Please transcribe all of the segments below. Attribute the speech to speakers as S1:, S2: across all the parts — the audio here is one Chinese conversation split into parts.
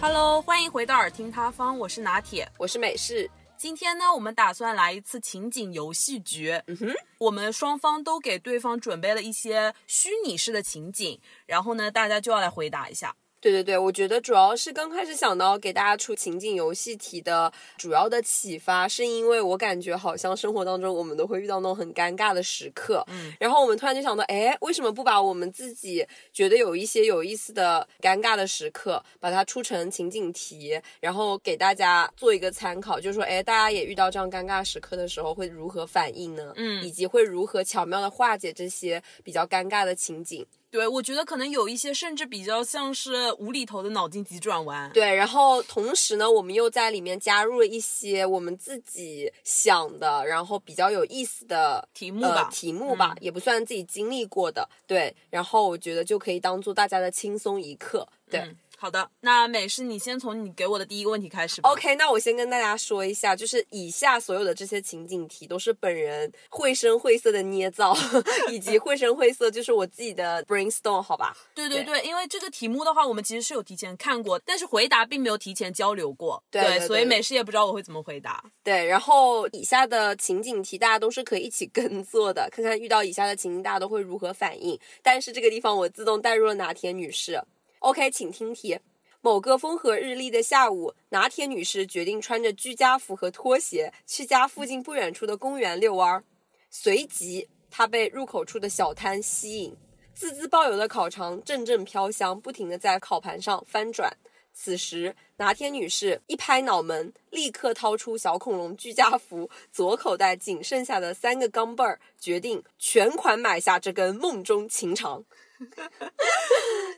S1: Hello，欢迎回到耳听他方，我是拿铁。
S2: 我是美式，
S1: 今天呢，我们打算来一次情景游戏局。嗯
S2: 哼，
S1: 我们双方都给对方准备了一些虚拟式的情景，然后呢，大家就要来回答一下。
S2: 对对对，我觉得主要是刚开始想到给大家出情景游戏题的主要的启发，是因为我感觉好像生活当中我们都会遇到那种很尴尬的时刻，嗯，然后我们突然就想到，哎，为什么不把我们自己觉得有一些有意思的尴尬的时刻，把它出成情景题，然后给大家做一个参考，就是说，哎，大家也遇到这样尴尬时刻的时候会如何反应呢？
S1: 嗯
S2: 以及会如何巧妙的化解这些比较尴尬的情景。
S1: 对，我觉得可能有一些甚至比较像是无厘头的脑筋急转弯。
S2: 对，然后同时呢，我们又在里面加入了一些我们自己想的，然后比较有意思的
S1: 题目
S2: 呃
S1: 吧嗯
S2: 题目吧，也不算自己经历过的。对，然后我觉得就可以当做大家的轻松一刻。对。
S1: 嗯，好的，那美式，你先从你给我的第一个问题开始吧。
S2: OK，那我先跟大家说一下，就是以下所有的这些情景题都是本人绘声绘色的捏造， 以及绘声绘色就是我自己的 brainstorm，好吧？
S1: 对对对，因为这个题目的话，我们其实是有提前看过，但是回答并没有提前交流过。
S2: 对对对
S1: 所以
S2: 对
S1: 美式也不知道我会怎么回答。
S2: 对，然后以下的情景题大家都是可以一起 跟做的，看看遇到以下的情境大家都会如何反应。但是这个地方我自动带入了拿铁女士。OK，请听题。某个风和日丽的下午，拿铁女士决定穿着居家服和拖鞋去家附近不远处的公园遛弯儿。随即，她被入口处的小摊吸引，滋滋爆油的烤肠阵阵飘香，不停地在烤盘上翻转。此时，拿铁女士一拍脑门，立刻掏出小恐龙居家服左口袋仅剩下的三个钢镚儿，决定全款买下这根梦中情肠。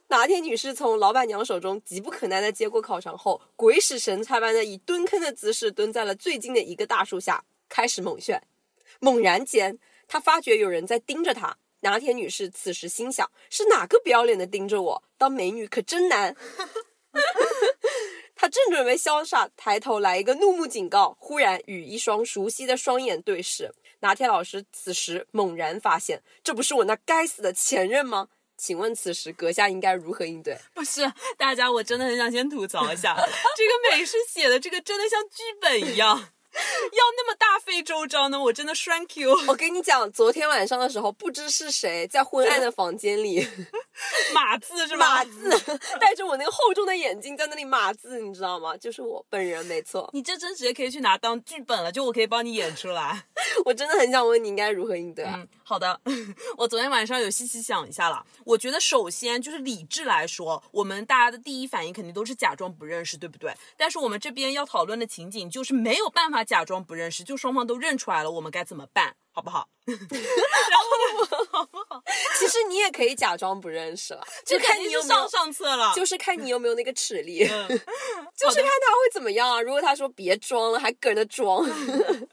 S2: 拿铁女士从老板娘手中急不可耐地接过烤肠后，鬼使神差般的以蹲坑的姿势蹲在了最近的一个大树下，开始猛炫。猛然间，她发觉有人在盯着她。拿铁女士此时心想：是哪个不要脸的盯着我？当美女可真难。她正准备潇洒抬头来一个怒目警告，忽然与一双熟悉的双眼对视。拿铁老师此时猛然发现，这不是我那该死的前任吗？请问此时阁下应该如何应对？
S1: 不是，大家，我真的很想先吐槽一下，这个美式写的这个真的像剧本一样，要那么大费周章呢，我真的栓 Q，
S2: 我跟你讲，昨天晚上的时候，不知是谁在昏暗的房间 里
S1: 码字是
S2: 码
S1: 吧？
S2: 字，戴着我那个厚重的眼镜在那里码字，你知道吗？就是我本人，没错。
S1: 你这真直接可以去拿当剧本了，就我可以帮你演出来。
S2: 我真的很想问你应该如何应对啊？
S1: 嗯，好的， 我昨天晚上有细细想一下了，我觉得首先就是理智来说，我们大家的第一反应肯定都是假装不认识，对不对？但是我们这边要讨论的情景就是没有办法假装不认识，就双方都认出来了，我们该怎么办？好不好？
S2: 其实你也可以假装不认识了，
S1: 这
S2: 就
S1: 肯
S2: 看
S1: 定
S2: 你
S1: 是
S2: 有没有
S1: 上上策了，
S2: 就是看你有没有那个齿力，
S1: 嗯
S2: 就是看他会怎么样啊。如果他说别装了，还搁那装，
S1: 嗯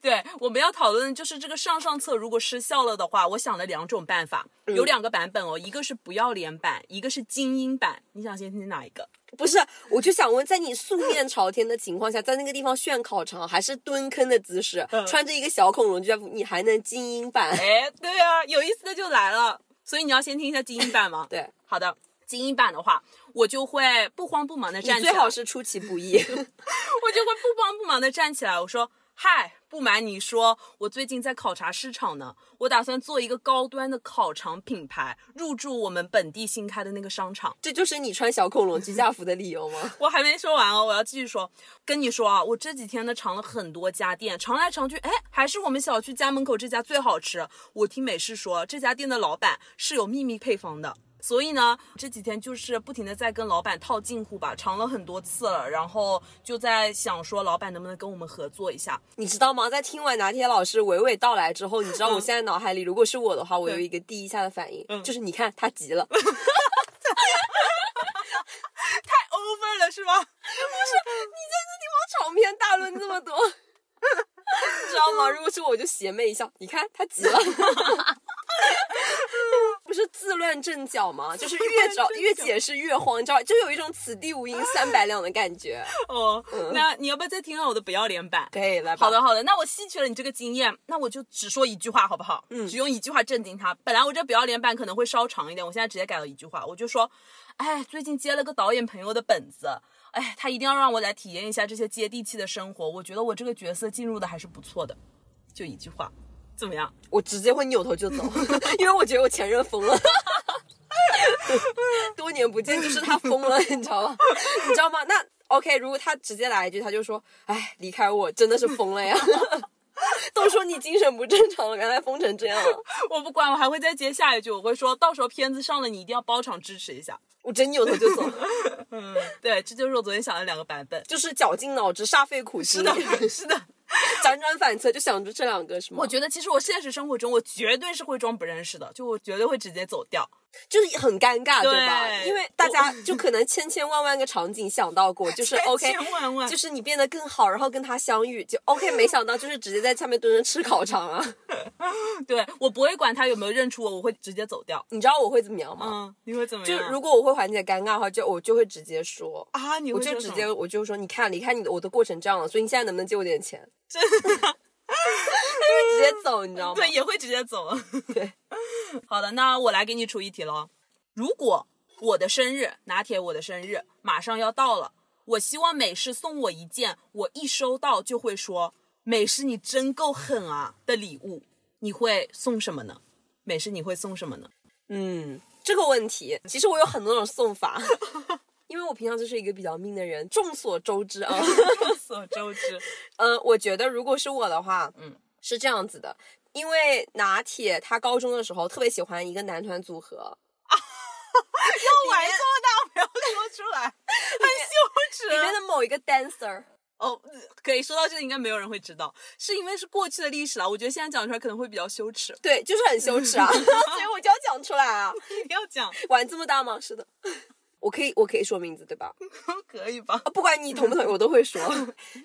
S1: 对，我们要讨论的就是这个上上策如果失效了的话，我想了两种办法，有两个版本哦，一个是不要脸版，一个是精英版。你想先听哪一个？
S2: 不是？我就想问，在你素面朝天的情况下，在那个地方炫烤肠，还是蹲坑的姿势，
S1: 嗯
S2: 穿着一个小恐龙居家服，你还能精英版？
S1: 哎，对啊，有意思的就来了。所以你要先听一下精英版 吗？
S2: 对，
S1: 好的。精英版的话，我就会不慌不忙的
S2: 你
S1: 站起来，
S2: 最好是出其不意。
S1: 我就会不慌不忙的站起来，我说：“嗨，不瞒你说，我最近在考察市场呢，我打算做一个高端的烤肠品牌，入驻我们本地新开的那个商场。”
S2: 这就是你穿小恐龙居家服的理由吗？
S1: 我还没说完哦，我要继续说。跟你说啊，我这几天呢尝了很多家店，尝来尝去，哎，还是我们小区家门口这家最好吃。我听美式说，这家店的老板是有秘密配方的。所以呢，这几天就是不停的在跟老板套近乎吧，尝了很多次了，然后就在想说老板能不能跟我们合作一下。
S2: 你知道吗？在听完拿铁老师娓娓道来之后，你知道
S1: 嗯
S2: 我现在脑海里，如果是我的话，我有一个第一下的反应，就是你看他急了，
S1: 太 over 了是吧？你
S2: 长篇大论这么多， 你知道吗？如果是我，我就邪魅一笑，你看他急了。 不是自乱阵脚吗？就是越找越解释越慌，你知道，就有一种此地无银三百两的感觉。
S1: 哦，那你要不要再听下我的不要脸版？
S2: 可以来吧。
S1: 好的，好的，那我吸取了你这个经验，那我就只说一句话，好不好？嗯，只用一句话震惊他。本来我这不要脸版可能会稍长一点，我现在直接改到一句话，我就说，哎，最近接了个导演朋友的本子，哎，他一定要让我来体验一下这些接地气的生活。我觉得我这个角色进入的还是不错的，就一句话，怎么样？
S2: 我直接会扭头就走， 因为我觉得我前任疯了。 多年不见，就是他疯了，你知道吗？ 你知道吗？那 OK，如果他直接来一句，他就说：“哎，离开我真的是疯了呀！” 都说你精神不正常了，原来疯成这样了。
S1: 我不管，我还会再接下一句，我会说到时候片子上了，你一定要包场支持一下。
S2: 我真扭头就走，
S1: 对，这就是我昨天想的两个版本。
S2: 就是绞尽脑汁、煞费苦
S1: 是
S2: 心，
S1: 的，是的。
S2: 辗转反侧，就想着这两个是吗？
S1: 我觉得其实我现实生活中，我绝对是会装不认识的，就我绝对会直接走掉。
S2: 就是很尴尬，
S1: 对
S2: 吧？因为大家就可能千千万万个场景想到过， 就是 OK，
S1: 千万万
S2: 就是你变得更好，然后跟他相遇，就 OK。没想到就是直接在下面蹲着吃烤肠
S1: 嗯
S2: 啊！
S1: 对我不会管他有没有认出我，我会直接走掉。
S2: 你知道我会怎么样吗？
S1: 嗯，你会怎么
S2: 就
S1: 样？
S2: 如果我会缓解尴尬的话，就我就会直接说。
S1: 啊，你
S2: 我
S1: 会
S2: 就
S1: 说
S2: 直
S1: 什么
S2: 接，我就说，你看，你看你的我的过程这样了，所以你现在能不能借我点钱？
S1: 真的
S2: 直接走，你知道吗
S1: 对，？也会直接 走。
S2: 对，
S1: 好的，那我来给你出一题喽。如果我的生日，拿铁我的生日马上要到了，我希望美式送我一件我一收到就会说“美式你真够狠啊”的礼物，你会送什么呢？美式你会送什么呢？
S2: 嗯，这个问题其实我有很多种送法，因为我平常就是一个比较命的人，众所周知啊。
S1: 众 所周知，
S2: 嗯，我觉得如果是我的话，
S1: 嗯，
S2: 是这样子的，因为拿铁他高中的时候特别喜欢一个男团组合，
S1: 要玩这么大，不要说出 来，
S2: 里
S1: 很羞
S2: 面
S1: 耻。
S2: 的某一个 dancer，
S1: 哦，可以说到这，应该没有人会知道，是因为是过去的历史了。我觉得现在讲出来可能会比较羞 耻。
S2: 对，就是很羞耻 啊，所以我就要讲出来啊，
S1: 不要讲，
S2: 玩这么大吗？是的， 我可以，我可以说名字对吧？
S1: 可以吧？
S2: 啊不管你同不同意，我都 会说。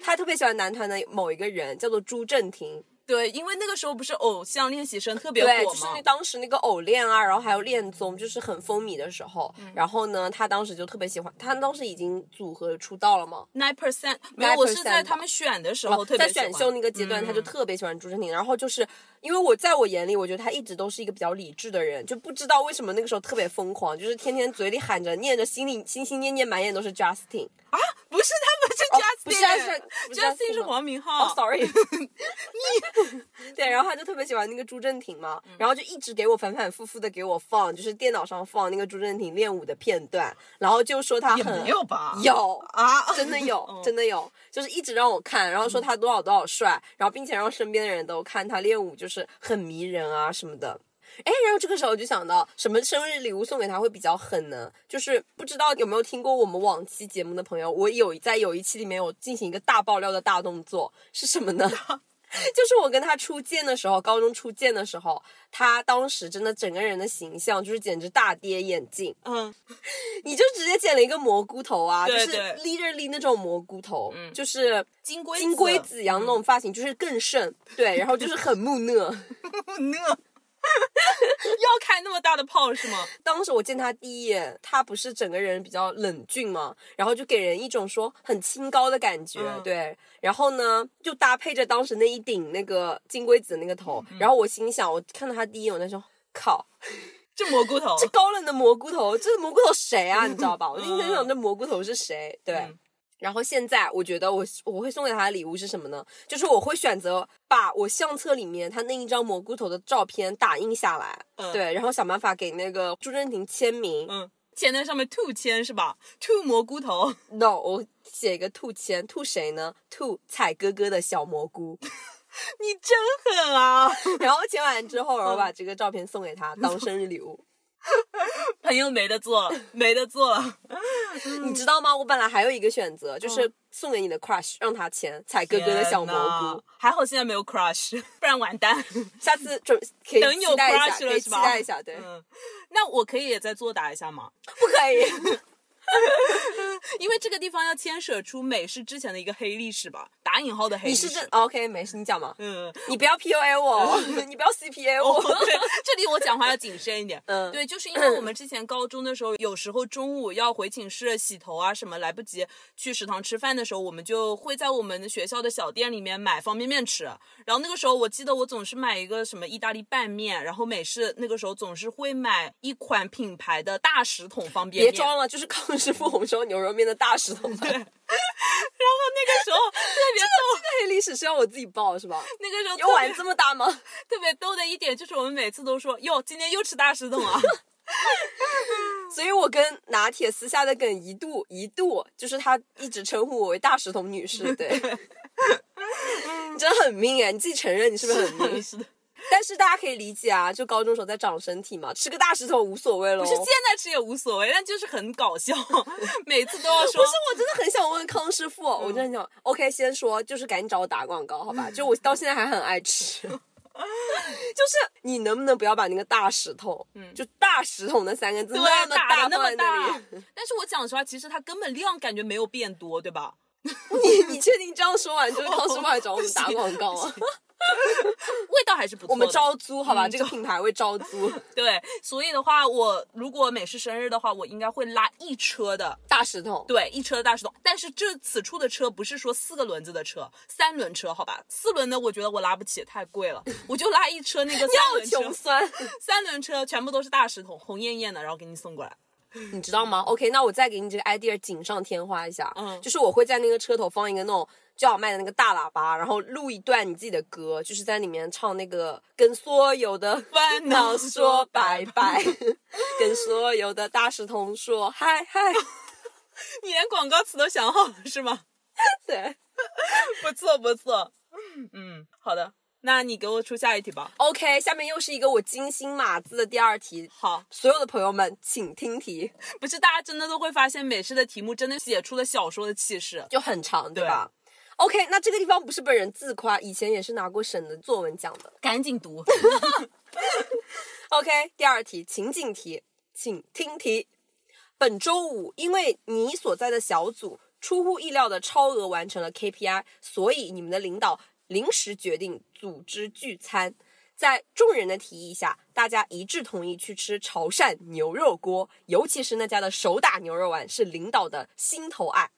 S2: 他特别喜欢男团的某一个人，叫做朱正廷，
S1: 对，因为那个时候不是偶像练习生特别
S2: 对，
S1: 火
S2: 就是
S1: 吗？
S2: 那当时那个偶恋啊，然后还有恋综，就是很风靡的时候。
S1: 嗯
S2: 然后呢，他当时就特别喜欢，他当时已经组合出道了嘛，
S1: Nine percent 没有，我是在
S2: 9%
S1: 他们选的时候哦特别
S2: 哦在
S1: 喜欢嗯
S2: 选秀那个阶段，他就特别喜欢朱正廷。然后就是因为我在我眼里，我觉得他一直都是一个比较理智的人，就不知道为什么那个时候特别疯狂，就是天天嘴里喊着念着，心里心心念念满眼都是 Justin。
S1: 啊不是他
S2: 哦不
S1: 们
S2: 是
S1: 是 Justin，欸
S2: Justin，不是
S1: Justin
S2: Justin
S1: 是
S2: 吗
S1: 黄明
S2: 哦、
S1: 昊
S2: s o r r y 对，然后他就特别喜欢那个朱正廷嘛，
S1: 嗯
S2: 然后就一直给我反反复复的给我放，就是电脑上放那个朱正廷练舞的片段，然后就说他
S1: 也
S2: 很
S1: 没啊有吧？
S2: 有
S1: 啊，
S2: 真的有
S1: 嗯，
S2: 真的有，就是一直让我看，然后说他多少多少帅，然后并且让身边的人都看他练舞，就是很迷人啊什么的。哎，然后这个时候我就想到，什么生日礼物送给他会比较狠呢？就是不知道有没有听过我们往期节目的朋友，我有在有一期里面有进行一个大爆料的大动作，是什么呢？就是我跟他初见的时候，高中初见的时候，他当时真的整个人的形象就是简直大跌眼镜，
S1: 嗯，
S2: 你就直接剪了一个蘑菇头啊，
S1: 对
S2: 就是
S1: 对
S2: literally 那种蘑菇头，
S1: 嗯
S2: 就是
S1: 金龟
S2: 金龟子一样那种发型，就是更盛，
S1: 嗯
S2: 对，然后就是很木讷。
S1: 那 要开那么大的炮是吗？
S2: 当时我见他第一眼，他不是整个人比较冷峻嘛，然后就给人一种说很清高的感觉，
S1: 嗯
S2: 对。然后呢，就搭配着当时那一顶那个金龟子那个头，
S1: 嗯
S2: 然后我心想，我看到他第一眼，我在说。靠，
S1: 这蘑菇头，
S2: 这高冷的蘑菇头，这蘑菇头谁啊？你知道吧？我就在想这蘑菇头是谁？对，
S1: 嗯
S2: 然后现在我觉得我我会送给他的礼物是什么呢？就是我会选择把我相册里面他那一张蘑菇头的照片打印下来，
S1: 嗯
S2: 对，然后想办法给那个朱正廷签名。
S1: 嗯，签在上面兔签是吧？兔蘑菇头，
S2: no，我写一个兔签，兔谁呢？兔彩哥哥的小蘑菇。
S1: 你真狠啊！
S2: 然后签完之后，
S1: 嗯
S2: 然后把这个照片送给 他当生日礼物。
S1: 朋友没得做了，没得做了，嗯
S2: 你知道吗？我本来还有一个选择，就是送给你的 crush，让他签彩 哥哥的小蘑
S1: 天
S2: 菇
S1: 哪。，还好现在没有 crush，不 然完蛋。
S2: 下次准可以
S1: 等有
S2: 期待一下，
S1: crush 了
S2: 可以
S1: 是
S2: 期
S1: 吧
S2: 待一下，对，
S1: 嗯，那我可以也再作答一下吗？
S2: 不可以。
S1: 因为这个地方要牵扯出美式之前的一个黑历史吧，打引号的黑
S2: 你
S1: 历
S2: 是
S1: 史。
S2: 真 OK 没事，你讲嘛，
S1: 嗯，
S2: 你不要 PUA 我，你不要 CPA
S1: 哦，
S2: 我。
S1: 对，这里我讲话要谨慎一点。
S2: 嗯
S1: 对，就是因为我们之前高中的时候，有时候中午要回寝室洗头啊什么，来不及去食堂吃饭的时候，我们就会在我们学校的小店里面买方便面吃。然后那个时候，我记得我总是买一个什么意大利拌面，然后美式那个时候总是会买一款品牌的大食桶方便
S2: 别
S1: 面。
S2: 装了，就是康师傅红烧牛肉面的大石头。 这个
S1: 那个时候特别逗，
S2: 黑历史是要我自己报是吧？
S1: 那个时候
S2: 有
S1: 特别
S2: 碗这么大吗？
S1: 特别逗的一点就是，我们每次都说哟，今天又吃大食桶 啊。
S2: 所以我跟拿铁私下的梗一度一度，就是他一直称呼我为大石头女 士，对。你真的很命哎，你自己承认你是不是很 命？
S1: 是的，
S2: 但是大家可以理解啊，就高中时候在长身体嘛，吃个大石头无所谓了。
S1: 不是现在吃也无所谓，但就是很搞 笑，每次都要说
S2: 不是，我真的很想问康师傅，我
S1: 嗯
S2: 真的很想。OK，先说，就是赶紧找我打广告，好吧？就 我到现在还很爱吃， 就是你能不能不要把那个大石头，嗯，就大石头那三个字
S1: 对啊
S2: 那么
S1: 打的
S2: 大
S1: 那
S2: 放
S1: 么
S2: 在那
S1: 大
S2: 里，，
S1: 但是我讲实话，其实它根本量感觉没有变多，对吧？
S2: 你你确定这样说完 就是康师傅来找我们打广告吗？
S1: 味道还是不错的。
S2: 我们招租好吧？
S1: 嗯
S2: 这个品牌会 招租
S1: 对，所以的话，我如果美式生日的话，我应该会拉一车的，
S2: 大石头。
S1: 对，一车的大石头。但是这此处的车不是说四个轮子的车，三轮车好吧？四轮的我觉得我拉不起，太贵了，我就拉一车那个三
S2: 要
S1: 轮
S2: 穷
S1: 车，
S2: 酸，
S1: 三轮车全部都是大石头，红艳艳的，然后给你送过 来。
S2: 你知道吗？OK，那我再给你这个 idea 锦上添花一下，
S1: 嗯
S2: 就是我会在那个车头放一个那种叫好卖的那个大喇叭，然后录一段你自己的歌，就是在里面唱那个跟所有 的
S1: 烦
S2: 脑
S1: 恼
S2: 说
S1: 说
S2: 拜
S1: 拜
S2: 拜， 跟所有的大石头说嗨 嗨，
S1: 你连广告词都想好了是吗？
S2: 对。
S1: 不错不错，嗯，好的，那你给我出下一题吧。
S2: OK，下面又是一个我精心码字的第二题，
S1: 好，
S2: 所有的朋友们请听题，
S1: 不是大家真的都会发现美式的题目真的写出了小说的气势。
S2: 就很长，对吧 o k 那这个地方不是本人自夸，以前也是拿过省的作文奖的。
S1: 赶紧读，
S2: OK，第二题情景题，请听题。本周五，因为你所在的小组出乎意料的超额完成了 KPI，所以你们的领导临时决定组织聚餐。在众人的提议下，大家一致同意去吃潮汕牛肉锅，尤其是那家的手打牛肉丸是领导的心头爱。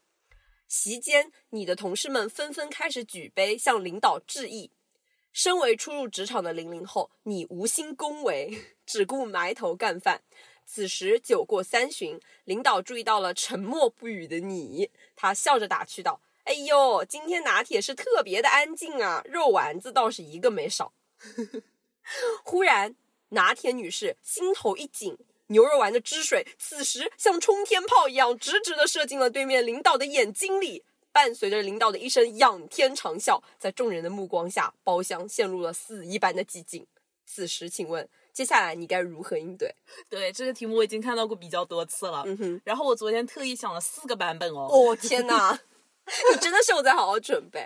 S2: 席间，你的同事们纷纷开始举杯向领导致意，身为初入职场的零零后，你无心恭维，只顾埋头干饭。此时酒过三巡，领导注意到了沉默不语的你，他笑着打趣道：“哎呦，今天拿铁是特别的安静啊，肉丸子倒是一个没少。” 忽然，拿铁女士心头一紧，牛肉丸的汁水此时像冲天炮一样，直直的射进了对面领导的眼睛里。伴随着领导的一声仰天长啸，在众人的目光下，包厢陷入了死一般的寂静。此时，请问接下来你该如何应对？
S1: 对这个题目我已经看到过比较多次了。
S2: 嗯哼，
S1: 然后我昨天特意想了四个版本哦。
S2: 哦天哪， 你真的是有在好好准备。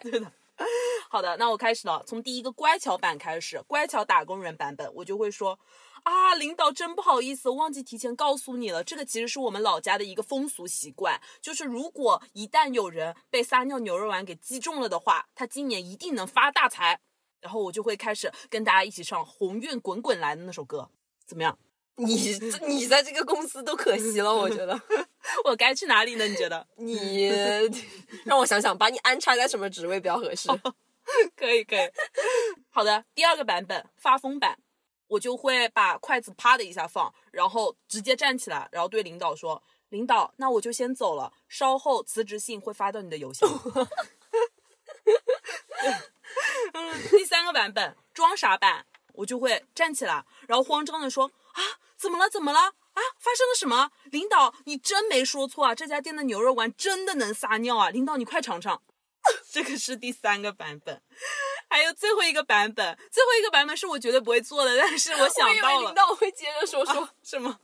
S1: 好的，那我开始了，从第一个乖巧版开始，乖巧打工人版本，我就会说。啊，领导真不好意思，忘记提前告诉你了。这个其实是我们老家的一个风俗习惯，就是如果一旦有人被撒尿牛肉丸给击中了的话，他今年一定能发大财。然后我就会开始跟大家一起唱《鸿运滚滚来》的那首歌，怎么样？
S2: 你你在这个公司都可惜了，我觉得
S1: 我该去哪里呢？你觉得？
S2: 你让我想想，把你安插在什么职位比较合适？
S1: 可以可以。好的，第二个版本发疯版，我就会把筷子啪的一下放，然后直接站起来，然后对领导说：“领导，那我就先走了，稍后辞职信会发到你的邮箱。”嗯， 第三个版本装傻版，我就会站起来，然后慌张的说：“啊，怎么了？怎么了？”啊！发生了什么？领导，你真没说错啊！这家店的牛肉丸真的能撒尿啊！领导，你快尝尝。 这个是第三个版本，还有最后一个版本，最后一个版本是我绝对不会做的，但是我想
S2: 我以
S1: 到
S2: 为领
S1: 了，
S2: 导会接着说说，
S1: 什么
S2: 啊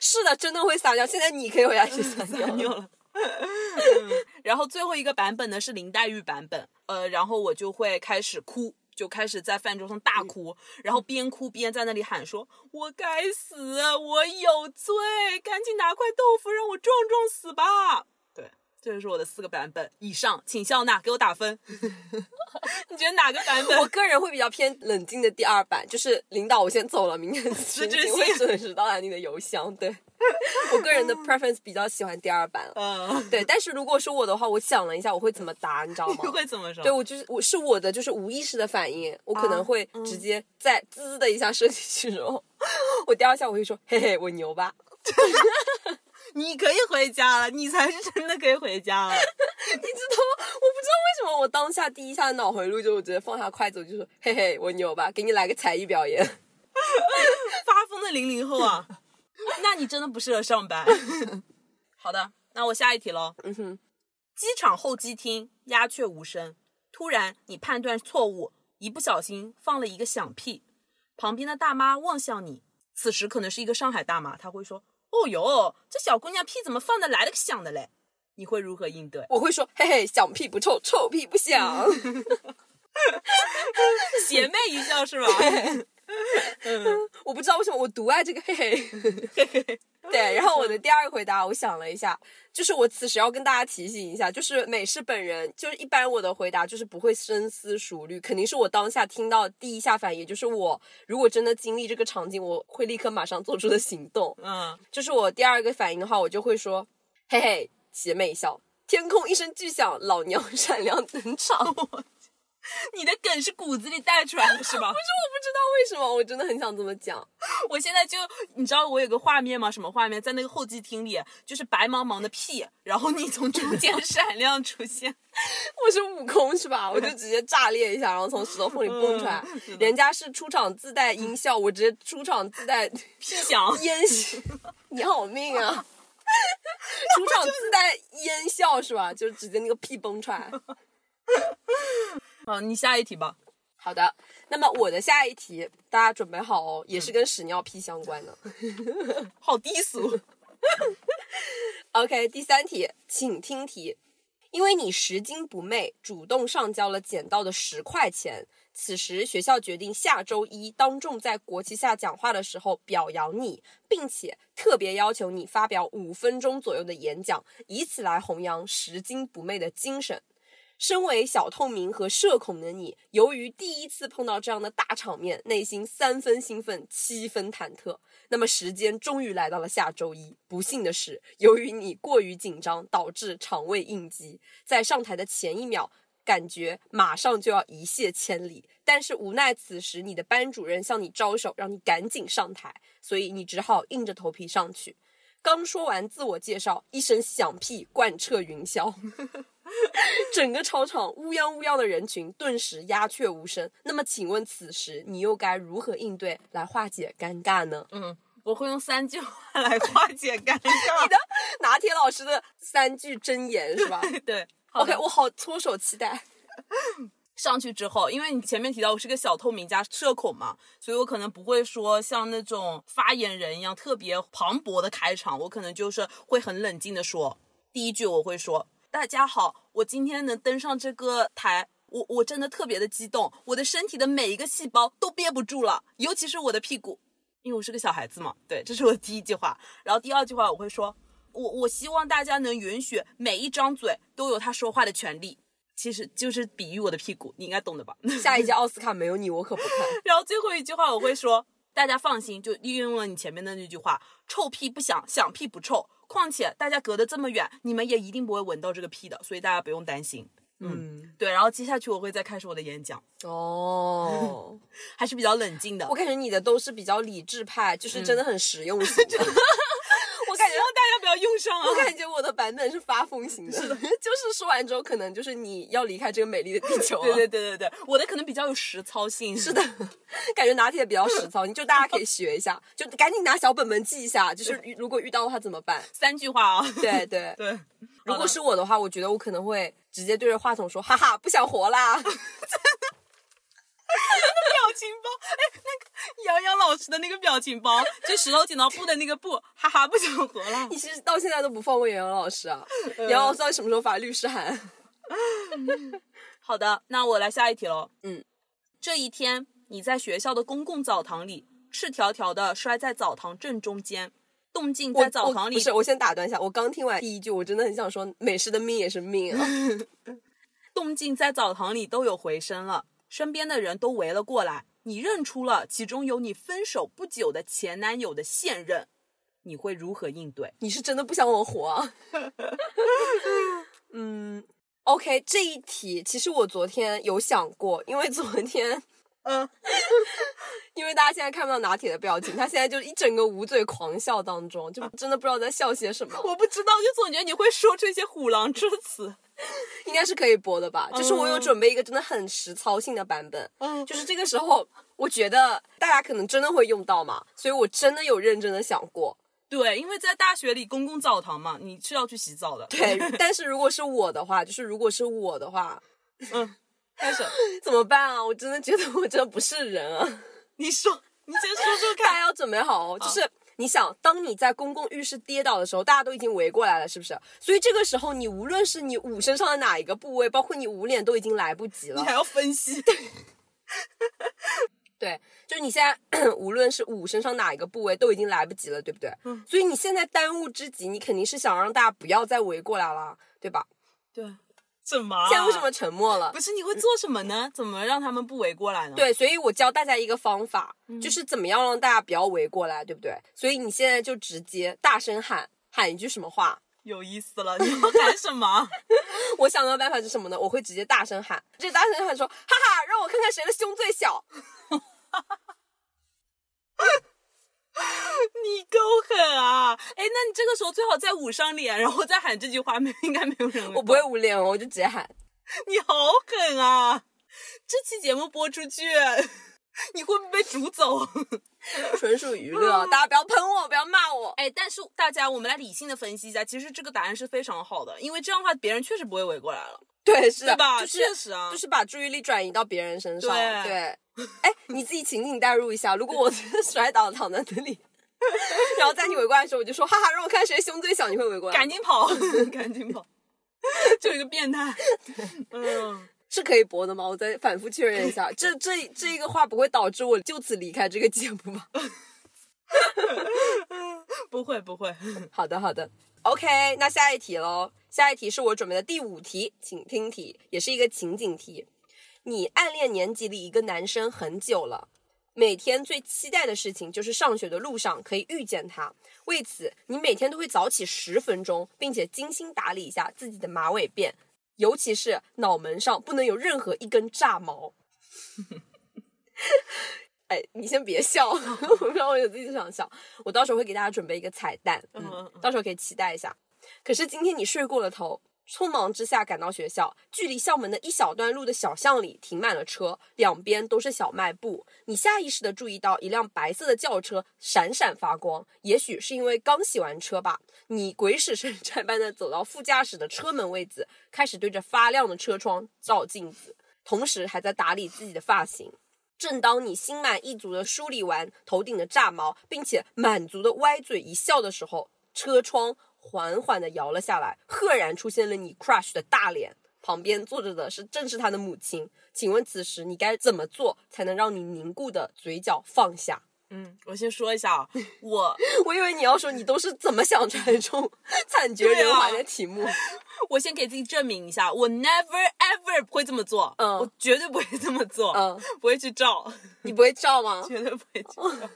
S2: 是的，真的会撒尿。现在你可以回家去撒
S1: 撒
S2: 尿。
S1: 尿了。
S2: 嗯
S1: 然后最后一个版本呢是林黛玉版本，呃，然后我就会开始哭，就开始在饭桌上大哭，然后边哭边在那里喊说：“我该啊死，我有罪，赶紧拿块豆腐让我壮壮死吧！”这是我的四个版本以上，请笑纳，给我打分。 你觉得哪个版
S2: 我
S1: 本？
S2: 个人会比较偏冷静的第二版，就是领导我先走了，明天
S1: 辞
S2: 辞
S1: 职
S2: 职
S1: 信
S2: 会准时到达你的邮箱。对 我个人的 preference 比较喜欢第二版了。
S1: 嗯，
S2: 对，但是如果是我的话，我想了一下，我会怎么答，你知道吗
S1: 你？ 会怎么说？
S2: 对，我就是我是我的就是无意识的反应，我
S1: 啊
S2: 可能会直接再滋的一下射进去，然后我第二下我会说，嘿嘿，我 牛吧，
S1: 你可以回家了，你才是真的可以回家了。
S2: 你知道吗？我不知道为什么我当下第一下的脑回路就是我直接放下筷子，我就说嘿嘿，我牛吧，给你来个才艺表演。
S1: 发疯的零零后啊， 那你真的不适合上班。 好的，那我下一题喽。
S2: 嗯哼，
S1: 机场候机厅鸦雀无声，突然你判断错误，一不小心放了一个响屁，旁边的大妈望向你，此时可能是一个上海大妈，她会说：“哦哟，这小姑娘屁怎么放的来了个响的嘞？”你会如何应 对？
S2: 我会说嘿嘿，响屁不臭，臭屁不响。
S1: 邪魅一笑是吧？嗯
S2: 我不知道为什么我独爱这个嘿嘿。对，然后我的第二个回答，我想了一下，就是我此时要跟大家提醒一下，就是美式本人，就是一般我的回答就是不会深思熟虑，肯定是我当下听到第一下反应，就是我如果真的经历这个场景，我会立刻马上做出的行动。
S1: 嗯，
S2: 就是我第二个反应的话，我就会说，嘿嘿，邪魅一笑，天空一声巨响，老娘闪亮登场。
S1: 你的梗是骨子里带出来的是吧？
S2: 为什么？我真的很想这么讲。
S1: 我现在就，你知道我有个画面吗？什么画面？在那个候机厅里，就是白茫茫的屁，然后你从中 间闪亮出现。
S2: 我是悟空是吧？我就直接炸裂一下，然后从石头缝里蹦出来。人家是出场自带音效，我直接出场自带
S1: 屁响，
S2: 烟效。你好命啊！出场自带烟效是吧？就直接那个屁蹦出来。
S1: 好，你下一题吧。
S2: 好的，那么我的下一题，大家准备好哦，也是跟屎尿屁相关的。
S1: 好低俗，
S2: OK，第三题，请听题。因为你拾金不昧，主动上交了捡到的十块钱，此时学校决定下周一当众在国旗下讲话的时候表扬你，并且特别要求你发表五分钟左右的演讲，以此来弘扬拾金不昧的精神。身为小透明和社恐的你，由于第一次碰到这样的大场面，内心三分兴奋，七分忐忑。那么时间终于来到了下周一。不幸的是，由于你过于紧张，导致肠胃应激，在上台的前一秒，感觉马上就要一泻千里。但是无奈此时你的班主任向你招手，让你赶紧上台，所以你只好硬着头皮上去。刚说完自我介绍，一声响屁贯彻云霄，整个操场乌泱乌泱的人群顿时鸦雀无声。那么，请问此时你又该如何应对来化解尴尬呢？
S1: 我会用三句话来化解尴尬。
S2: 拿铁老师的三句箴言是吧
S1: 对好的
S2: ？OK，我好措手期待。
S1: 上去之后，因为你前面提到我是个小透明加社恐嘛，所以我可能不会说像那种发言人一样特别磅礴的开场，我可能就是会很冷静的说，第一句我会说：“大家好，我今天能登上这个台。”我我真的特别的激动，我的身体的每一个细胞都憋不住了，尤其是我的屁股，因为我是个小孩子嘛。对，这是我的第一句话。然后第二句话我会说，我我希望大家能允许每一张嘴都有他说话的权利。其实就是比喻我的屁股，你应该懂的吧？
S2: 下一届奥斯卡没有你，我可不看。
S1: 然后最后一句话我会说，大家放心，就利用了你前面的那句话，臭屁不响，响屁不臭。况且大家隔得这么远，你们也一定不会闻到这个屁的，所以大家不用担心。
S2: 嗯，
S1: 对，然后接下去我会再开始我的演讲，
S2: 哦，
S1: 还是比较冷静的。
S2: 我感觉你的都是比较理智派，就是嗯真的很实用型的。 我感觉
S1: 希望大家不要用上
S2: 我
S1: 啊！
S2: 感觉我的版本是发疯型的，就是说完之后，可能就是你要离开这个美丽的地球了。
S1: 对对对对对，我的可能比较有实操性。是
S2: 是的，感觉拿铁比较实操，你就大家可以学一下，就赶紧拿小本本记一下，就是如果遇到的话怎么 办？
S1: 三句话啊。
S2: 对对，
S1: 对，
S2: 如
S1: 嗯
S2: 果是我的话，我觉得我可能会直接对着话筒说：“哈哈，不想活啦
S1: 表情包，哎，那个杨洋老师的那个表情包，就石头剪刀布的那个布，哈哈，不想活了！”
S2: 你。是到现在都不放过杨洋老师啊？
S1: 嗯
S2: 杨洋老师到底什么时候发律师函？
S1: 好的，那我来下一题喽。
S2: 嗯，
S1: 这一天你在学校的公共澡堂里赤条条的摔在澡堂正中间，动静
S2: 我
S1: 在澡堂里
S2: 我不是，我先打断一下，我刚听完第一句，我真的很想说，美式的命也是命啊。
S1: 动静在澡堂里都有回声了，身边的人都围了过来。你认出了其中有你分手不久的前男友的现任，你会如何应对？
S2: 你是真的不想我活、啊？嗯，OK，这一题其实我昨天有想过，因为昨天
S1: 嗯，
S2: 因为大家现在看不到拿铁的表情，他现在就一整个捂嘴狂笑当中，就真的不知道在笑些什么。
S1: 我不知道，就总觉得你会说出一些虎狼之 词。
S2: 应该是可以播的吧？就是我有
S1: 嗯
S2: 准备一个真的很实操性的版本，
S1: 嗯
S2: 就是这个时候，我觉得大家可能真的会用到嘛，所以我真的有认真的想过。
S1: 对，因为在大学里公共澡堂嘛，你是要去洗澡的。
S2: 对， 但是如果是我的话，就是如果是我的话，
S1: 嗯，开始，
S2: 怎么办啊？我真的觉得我真的不是人啊！
S1: 你说，你先说说
S2: 大家
S1: 看。
S2: 要准备好哦，就是你想，当你在公共浴室跌倒的时候，大家都已经围过来了，是不是？所以这个时候，你无论是你捂身上的哪一个部位，包括你捂脸，都已经来不及了
S1: 你。还要分 析，
S2: 对，就是你现在 无论是捂身上哪一个部位，都已经来不及了，对不对？
S1: 嗯
S2: 所以你现在当务之急，你肯定是想让大家不要再围过来了，对吧？
S1: 对，怎么？
S2: 现在为什么沉默了？
S1: 不是你会做什么呢？怎么让他们不围过来呢？，
S2: 对，所以我教大家一个方法，
S1: 嗯
S2: 就是怎么样让大家不要围过来，对不对？所以你现在就直接大声喊喊一句什么话？
S1: 有意思了，你要喊什么？
S2: 我想到的办法是什么呢？我会直接大声喊，直接大声喊说：“哈哈，让我看看谁的胸最小。”
S1: 你够狠啊！哎，那你这个时候最好再捂上脸，啊然后再喊这句话，没应该没有人。
S2: 我不会，捂脸哦，我就直接喊。
S1: 你好狠啊！这期节目播出去， 你会不会被逐走？
S2: 纯属娱
S1: 嗯
S2: 乐，大家不要喷我，不要骂我。
S1: 哎，但是大家，我们来理性的分析一下，其实这个答案是非常好的，因为这样的话，别人确实不会围过来了，
S2: 对，是
S1: 对吧？
S2: 就是
S1: 确实啊，
S2: 就是把注意力转移到别人身上。
S1: 对
S2: 对，哎，你自己情景代入一下，如果我 摔倒躺在那里， 然后在你围过来的时候，我就说哈哈，让我看谁胸最小，你会围过来吗，
S1: 赶紧跑， 赶紧跑，就一个变态。 嗯，
S2: 是可以播的吗？我再反复确认一下，这这这一个话不会导致我就此离开这个节目吧？
S1: 不会不会，
S2: 好的，好的，OK，那下一题喽。下一题是我准备的第五题，请听题，也是一个情景题。你暗恋年级里一个男生很久了，每天最期待的事情就是上学的路上可以遇见他。为此，你每天都会早起十分钟，并且精心打理一下自己的马尾辫，尤其是脑门上不能有任何一根炸毛。 哎，你先别笑， 我不知道我有自己想笑，我到时候会给大家准备一个彩蛋，
S1: 嗯
S2: 嗯
S1: 嗯，嗯
S2: 到时候可以期待一下。可是今天你睡过了头，匆忙之下赶到学校，距离校门的一小段路的小巷里停满了车，两边都是小卖部。你下意识的注意到一辆白色的轿车闪闪发光，也许是因为刚洗完车吧。你鬼使神差般的走到副驾驶的车门位置，开始对着发亮的车窗照镜子，同时还在打理自己的发型。正当你心满意足的梳理完头顶的炸毛，并且满足的歪嘴一笑的时候，车窗缓缓的摇了下来，赫然出现了你 crush 的大脸，旁边坐着的是正是他的母亲。请问此时你该怎么做才能让你凝固的嘴角放下？
S1: 嗯，我先说一下啊，我
S2: 我以为你要说你都是怎么想出来这种 惨绝人寰的题目，
S1: 我先给自己证明一下，我 never ever 不会这么做，
S2: 嗯
S1: 我绝对不会这么做，
S2: 嗯，
S1: 不会去照，
S2: 你不会照吗？
S1: 绝对不会去照。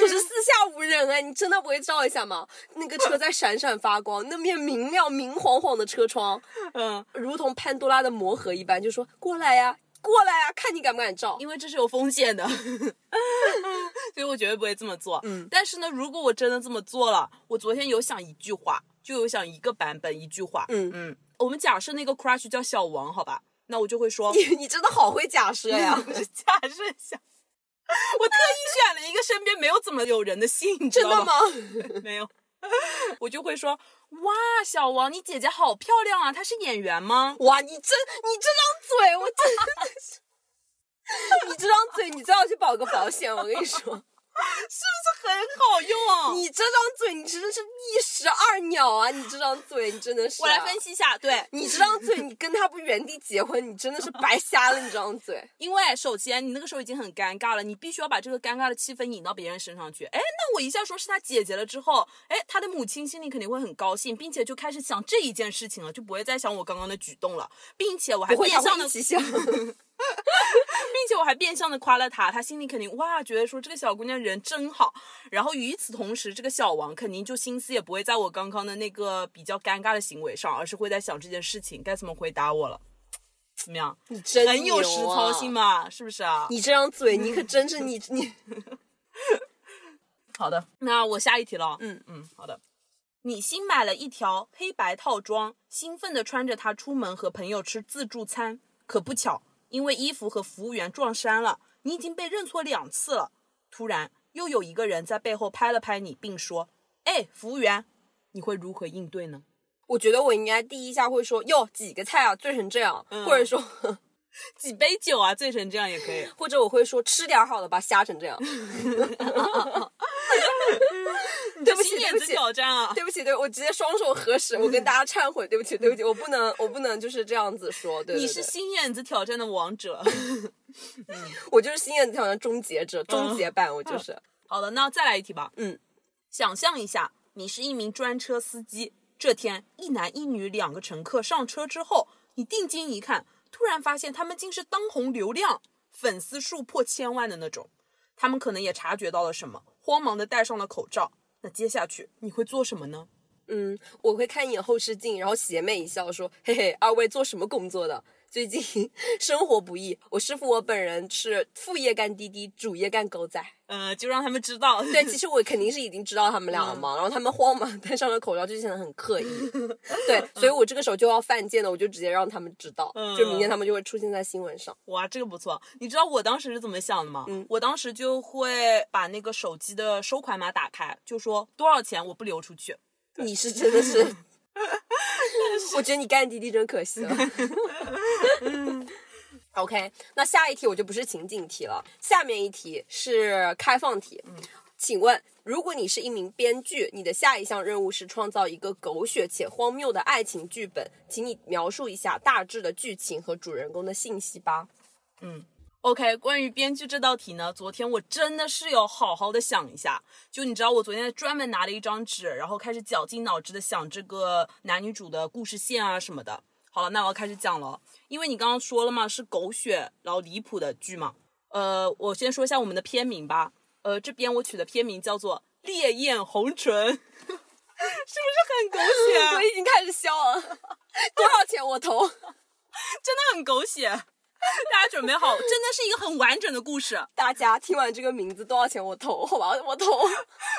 S2: 可是四下无人哎，你真的不会照一下吗？那个车在闪闪发光，那面明亮明晃晃的车窗，
S1: 嗯，
S2: 如同潘多拉的魔盒一般，就说过来呀、过来呀、看你敢不敢照。
S1: 因为这是有风险的， 所以我绝对不会这么做。
S2: 嗯
S1: 但是呢，如果我真的这么做了，我昨天有想一句话，就有想一个版本一句话。
S2: 嗯
S1: 嗯，我们假设那个 crush 叫小王，好吧？那我就会 说，
S2: 你你真的好会假设呀！
S1: 我是假设一下， 我特意选了一个身边没有怎么有人的姓，你知
S2: 真
S1: 道
S2: 的
S1: 吗
S2: 吗？
S1: 没有， 我就会说哇，小王，你姐姐好漂亮啊！她是演员吗？
S2: 哇，你真你这张嘴， 我真的是，你这张嘴，你最好去保个保险。我跟你说，
S1: 很好用、啊。
S2: 你这张嘴，你真的是一石二鸟啊！你这张嘴，你真的是、啊
S1: 我来分析一下，对，
S2: 你这张嘴，你跟他不原地结婚，你真的是白瞎了。你这张嘴，
S1: 因为首先你那个时候已经很尴尬了，你必须要把这个尴尬的气氛引到别人身上去。哎，那我一下说是他姐姐了之后，哎，他的母亲心里肯定会很高兴，并且就开始想这一件事情了，就不会再想我刚刚的举动了，并且我还
S2: 不会
S1: 变
S2: 他
S1: 相
S2: 会
S1: 的
S2: 一 起 想。
S1: 并且我还变相的夸了她，她心里肯定哇，觉得说这个小姑娘人真好。然后与此同时，这个小王肯定就心思也不会在我刚刚的那个比较尴尬的行为上，而是会在想这件事情该怎么回答我了，怎么样？
S2: 你真、
S1: 很有实操性？嘛，是不是啊？
S2: 啊 你这张嘴，你可真 是你你
S1: 好的，那我下一题了。
S2: 嗯
S1: 嗯，好的。你新买了一条黑白套装，兴奋地穿着它出门和朋友吃自助餐。可不巧，因为衣服和服务员撞衫了，你已经被认错两次了。突然，又有一个人在背后拍了拍你，并说：“哎，服务员！”你会如何应对 呢？
S2: 我觉得我应该第一下会说哟几个菜啊，醉成这样，
S1: 嗯
S2: 或者说，
S1: 几杯酒啊，醉成这样也可 以。
S2: 或者我会说吃点好了吧，瞎成这 样。对不起，
S1: 心
S2: 对
S1: 眼
S2: 不
S1: 子
S2: 起，
S1: 挑战啊！
S2: 对不起，对我直接双手合十，我跟大家忏悔，对不起，对不起，我不能，我不能就是这样子说，对对对
S1: 你是心眼子挑战的王者。
S2: 我就是心眼子挑战终结者，
S1: 嗯
S2: 终结版，我就是。
S1: 好的，那再来一题吧。
S2: 嗯，
S1: 想象一下，你是一名专车司机。这天，一男一女两个乘客上车之后，你定睛一看，突然发现他们竟是当红流量，粉丝数破千万的那种。他们可能也察觉到了什么，慌忙的戴上了口罩。那接下去你会做什么呢？
S2: 嗯，我会看一眼后视镜，然后邪魅一笑说：“嘿嘿，二位做什么工作的？最近 生活不易，我师傅我本人是副业干滴滴，主业干狗仔。
S1: 呃，就让他们知道。
S2: 对，其实我肯定是已经知道他们俩了嘛，然后他们慌忙戴上了口罩，就显得很刻意。对，所以我这个时候就要犯贱了，我就直接让他们知道，
S1: 嗯
S2: 就明天他们就会出现在新闻上。
S1: 哇，这个不错。你知道我当时是怎么想的吗？我当时就会把那个手机的收款码打开，就说多少钱我不流出去。
S2: 你是真的是，我觉得你干滴滴真可惜了。OK，那下一题我就不是情景题了，下面一题是开放题。请问，如果你是一名编剧，你的下一项任务是创造一个狗血且荒谬的爱情剧本，请你描述一下大致的剧情和主人公的信息吧。
S1: OK，关于编剧这道题呢，昨天我真的是有好好的想一下。就你知道，我昨天专门拿了一张纸，然后开始绞尽脑汁的想这个男女主的故事线啊什么的。好了，那我要开始讲了哦，因为你刚刚说了嘛，是狗血然后离谱的剧嘛。呃，我先说一下我们的片名吧。呃，这边我取的片名叫做《烈焰红唇》， 是不是很狗血啊？
S2: 我已经开始笑了， 多少钱我投？
S1: 真的很狗血。 大家准备好，真的是一个很完整的故事。
S2: 大家听完这个名字，多少钱我投？好吧，我投。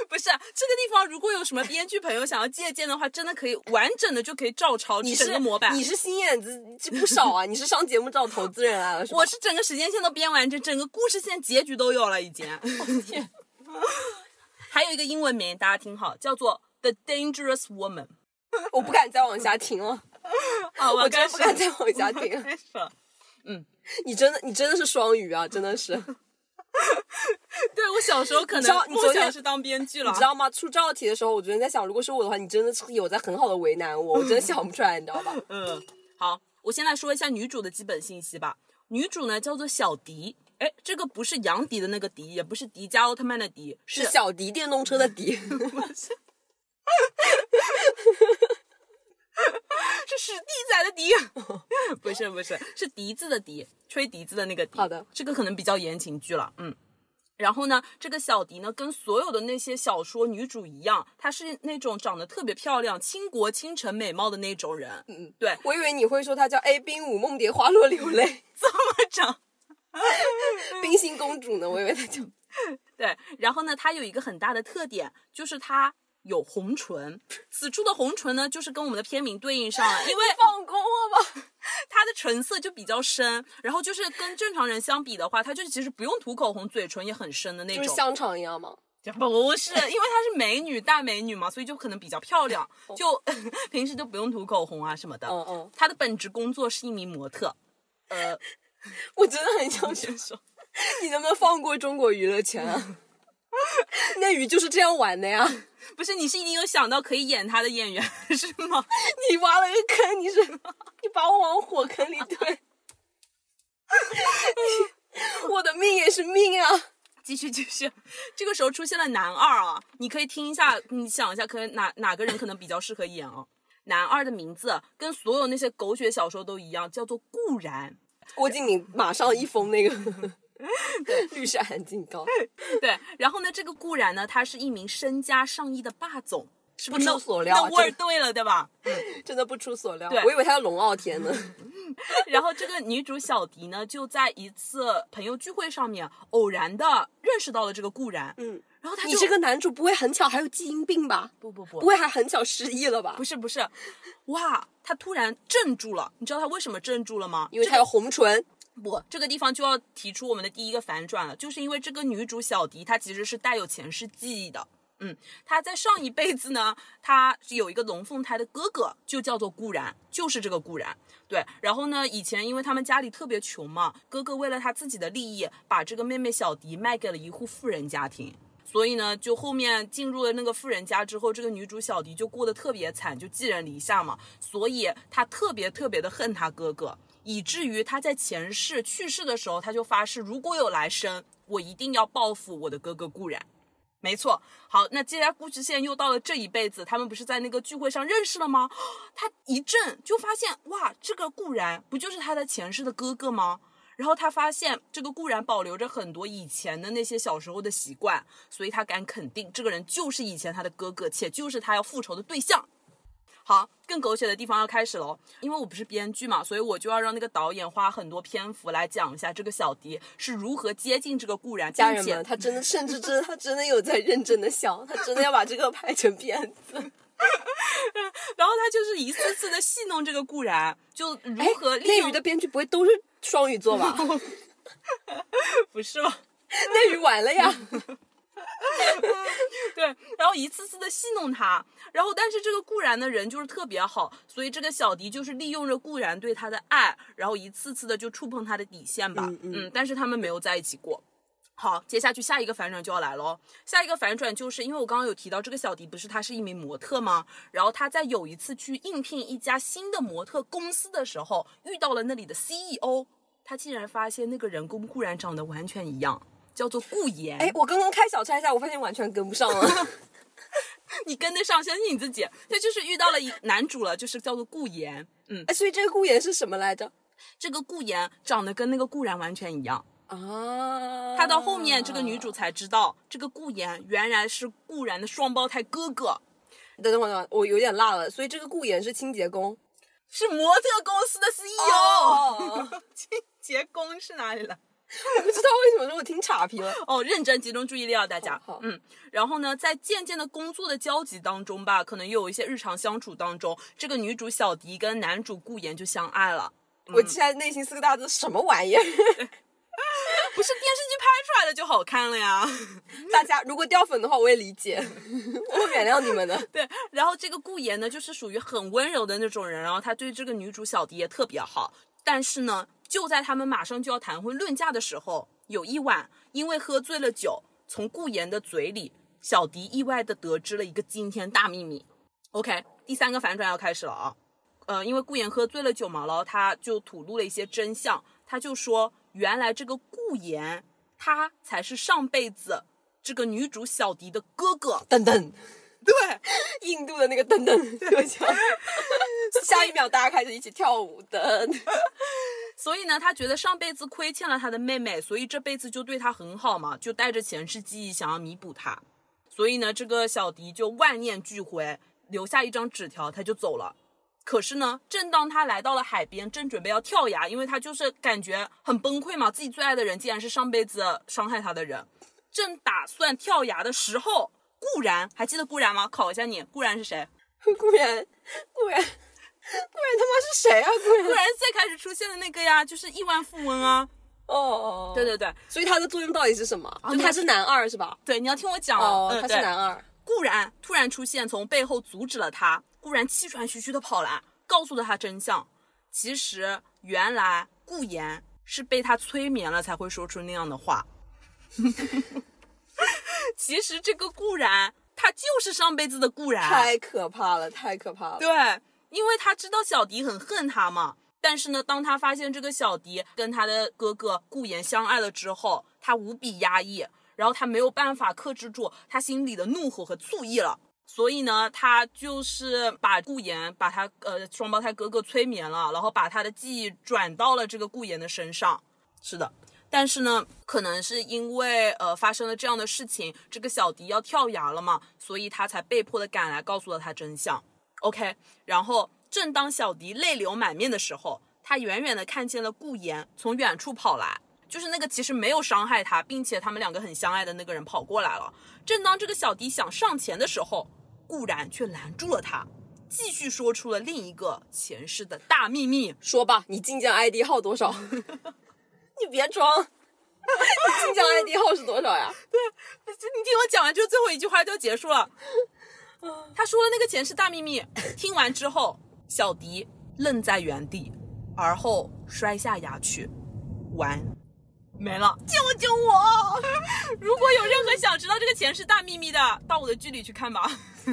S1: 不是这个地方，如果有什么编剧朋友想要借鉴的话，真的可以完整的就可以照抄
S2: 你
S1: 整
S2: 是
S1: 个模板。
S2: 你是心眼子这不少啊！你是上节目找投资人来了是吧？
S1: 我是整个时间线都编完整，整个故事线结局都有了，已经。 还有一个英文名，大家听好，叫做《The Dangerous Woman》。
S2: 我不敢再往下听了，
S1: 啊，
S2: 哦我真
S1: 开
S2: 的
S1: 始
S2: 不敢再往下听了。
S1: 开始了。
S2: 你真的你真的是双鱼啊，真的是，你
S1: 对我小时候可
S2: 你知
S1: 能
S2: 道你昨
S1: 梦
S2: 天
S1: 想是当编剧了
S2: 知。道吗？出这道题的时候，我昨天在想，如果是我的话，你真的是有在很好的为难我，我真的想不出来，你知道吧？
S1: 嗯，好，我先来说一下女主的基本信息吧。女主呢叫做小迪，哎，这个不是杨迪的那个迪，也不是迪迦奥特曼的迪，
S2: 是小迪电动车的迪，
S1: 是史蒂仔的迪， 不是不是，是笛子的笛，吹笛子的那个笛。
S2: 好的，
S1: 这个可能比较言情剧了，嗯。然后呢，这个小迪呢，跟所有的那些小说女主一样，她是那种长得特别漂亮、倾国倾城美貌的那种人。嗯，对，
S2: 我以为你会说它叫 A 冰舞梦蝶花落流泪，
S1: 长嗯
S2: 冰心公主呢？我以为它叫
S1: 对。然后呢，她有一个很大的特点，就是她有红唇。此处的红唇呢，就是跟我们的片名对应上了，因为
S2: 放过我吧。
S1: 它的唇色就比较深，然后就是跟正常人相比的话，它就其实不用涂口红，嘴唇也很深的那
S2: 就
S1: 种。
S2: 是香肠一样吗？
S1: 不是，因为她是美女，大美女嘛，所以就可能比较漂亮，
S2: 哦
S1: 就 平时就不用涂口红啊什么的。
S2: 嗯嗯，
S1: 她的本职工作是一名模特。呃，
S2: 我真的很想说，你能不能放过中国娱乐圈啊？ 内娱就是这样玩的呀。
S1: 不是，你是已经有想到可以演他的演员是 吗？
S2: 你挖了一个坑，你是你把我往火坑里推。 我的命也是命啊！
S1: 继续继续，这个时候出现了男二啊，你可以听一下，你想一下，可能哪哪个人可能比较适合演啊？男二的名字跟所有那些狗血小说都一样，叫做顾然。
S2: 郭敬明马上一封那个 绿色含金高，
S1: 对，然后呢，这个顾然呢，他是一名身家上亿的霸总，是
S2: 不出所料啊
S1: 那味儿
S2: 真
S1: 对了，对吧？
S2: 真的不出所料啊
S1: 对。
S2: 我以为他是龙傲天呢。
S1: 然后这个女主小迪呢，就在一次朋友聚会上面偶然的认识到了这个顾然，
S2: 嗯，
S1: 然后他就
S2: 你这个男主不会很巧还有基因病吧？
S1: 不不不
S2: 不会还很巧失忆了吧
S1: 不？是不是，哇，他突然镇住了，你知道他为什么镇住了吗？
S2: 因为他有红唇，
S1: 不，这个地方就要提出我们的第一个反转了，就是因为这个女主小迪她其实是带有前世记忆的。嗯，她在上一辈子呢，她有一个龙凤胎的哥哥，就叫做顾然，就是这个顾然。对，然后呢，以前因为他们家里特别穷嘛，哥哥为了他自己的利益，把这个妹妹小迪卖给了一户富人家庭。所以呢，就后面进入了那个富人家之后，这个女主小迪就过得特别惨，就寄人篱下嘛。所以她特别特别的恨她哥哥，以至于她在前世去世的时候，她就发誓，如果有来生，我一定要报复我的哥哥顾然。没错，好，那接下来故事线又到了这一辈子，他们不是在那个聚会上认识了吗？他一震就发现，哇，这个固然不就是他的前世的哥哥吗？然后他发现这个固然保留着很多以前的那些小时候的习惯，所以他敢肯定这个人就是以前他的哥哥，且就是他要复仇的对象。好，更狗血的地方要开始喽，因为我不是编剧嘛，所以我就要让那个导演花很多篇幅来讲一下这个小迪是如何接近这个固然，
S2: 家
S1: 并
S2: 人
S1: 且
S2: 们，他真的甚至真的他真的有在认真的想，他真的要把这个拍成片子。
S1: 然后他就是一次次的戏弄这个固然，就如何利
S2: 哎内
S1: 用
S2: 娱的编剧不会都是双鱼 座吧？
S1: 不是吗？
S2: 内娱完了呀，
S1: 对，然后一次次的戏弄他，然后但是这个固然的人就是特别好，所以这个小迪就是利用着固然对他的爱，然后一次次的就触碰他的底线吧，
S2: 嗯嗯
S1: 但是他们没有在一起过。好，接下去下一个反转就要来喽。下一个反转就是因为我刚刚有提到这个小迪不是她是一名模特吗？然后她在有一次去应聘一家新的模特公司的时候，遇到了那里的 CEO，她竟然发现那个人跟固然长得完全一样，叫做顾妍。
S2: 哎，我刚刚开小差一下，我发现完全跟不上了。
S1: 你跟得上，相信你自己。他就是遇到了一男主了，就是叫做顾妍。嗯，
S2: 哎，所以这个顾妍是什么来着？
S1: 这个顾妍长得跟那个顾然完全一样。
S2: 啊，
S1: 她到后面，这个女主才知道，这个顾妍原来是顾然的双胞胎哥哥，
S2: 等等会儿，等会儿，我有点辣了。所以这个顾妍是清洁工。
S1: 是模特公司的 CEO。
S2: 哦，
S1: 结工是哪里了？
S2: 我 不知道为什么说我听岔劈了。
S1: 哦，认真集中注意力啊，大家。
S2: 好好
S1: 嗯，然后呢，在渐渐的工作的交集当中吧，可能又有一些日常相处当中，这个女主小迪跟男主顾妍就相爱了。
S2: 我现在内心四个大字什么玩意儿？
S1: 不是电视剧拍出来的就好看了呀。
S2: 大家如果掉粉的话，我也理解， 我会原谅你们的。
S1: 对，然后这个顾妍呢，就是属于很温柔的那种人，然后他对这个女主小迪也特别好。但是呢，就在他们马上就要谈婚论嫁的时候，有一晚因为喝醉了酒，从顾妍的嘴里，小迪意外的得知了一个惊天大秘密。OK，第三个反转要开始了啊。呃，因为顾妍喝醉了酒嘛，然后他就吐露了一些真相，他就说，原来这个顾妍，他才是上辈子这个女主小迪的哥哥。
S2: 等等，
S1: 对，
S2: 印度的那个等等特效。下一秒大家开始一起跳舞的，
S1: 所以呢，他觉得上辈子亏欠了他的妹妹，所以这辈子就对她很好嘛，就带着前世记忆想要弥补她。所以呢，这个小迪就万念俱灰，留下一张纸条，他就走了。可是呢，正当他来到了海边，正准备要跳崖，因为他就是感觉很崩溃嘛，自己最爱的人竟然是上辈子伤害他的人，正打算跳崖的时候，固然还记得固然吗？考一下你，固然是谁？
S2: 顾然，顾然，顾然他妈是谁啊？顾
S1: 固
S2: 然，
S1: 然是最开始出现的那个呀，就是亿万富翁啊。
S2: 哦，啊
S1: 对对对
S2: 所以他的作用到底是什么？就
S1: 那
S2: 他是男二是吧？
S1: 对，你要听我讲
S2: 哦，
S1: 嗯
S2: 他是
S1: 对
S2: 男二。
S1: 固然突然出现，从背后阻止了他。固然气喘吁吁的跑来，告诉了他真相。其实原来顾言是被他催眠了，才会说出那样的话。 其实这个固然，他就是上辈子的固然，
S2: 太可怕了，太可怕了。
S1: 对，因为他知道小迪很恨他嘛。但是呢，当他发现这个小迪跟他的哥哥顾衍相爱了之后，他无比压抑，然后他没有办法克制住他心里的怒火和醋意了。所以呢，他就是把顾衍，把他呃双胞胎哥哥催眠了，然后把他的记忆转到了这个顾衍的身上。是的，但是呢，可能是因为呃发生了这样的事情，这个小迪要跳崖了嘛，所以他才被迫的赶来告诉了他真相。OK，然后正当小迪泪流满面的时候，他远远的看见了顾妍从远处跑来，就是那个其实没有伤害他，并且他们两个很相爱的那个人跑过来了。正当这个小迪想上前的时候，顾然却拦住了他，继续说出了另一个前世的大秘密。
S2: 说吧，你晋江 ID 号多少？ 你别 装，你晋江 ID 号是多少呀？
S1: 你听我讲完，就最后一句话就要结束了。他说了那个前世大秘密，听完之后，小迪愣在原地，而后摔下崖去，完，没了。救救我！ 如果有任何想知道这个前世大秘密的，到我的剧里去看吧。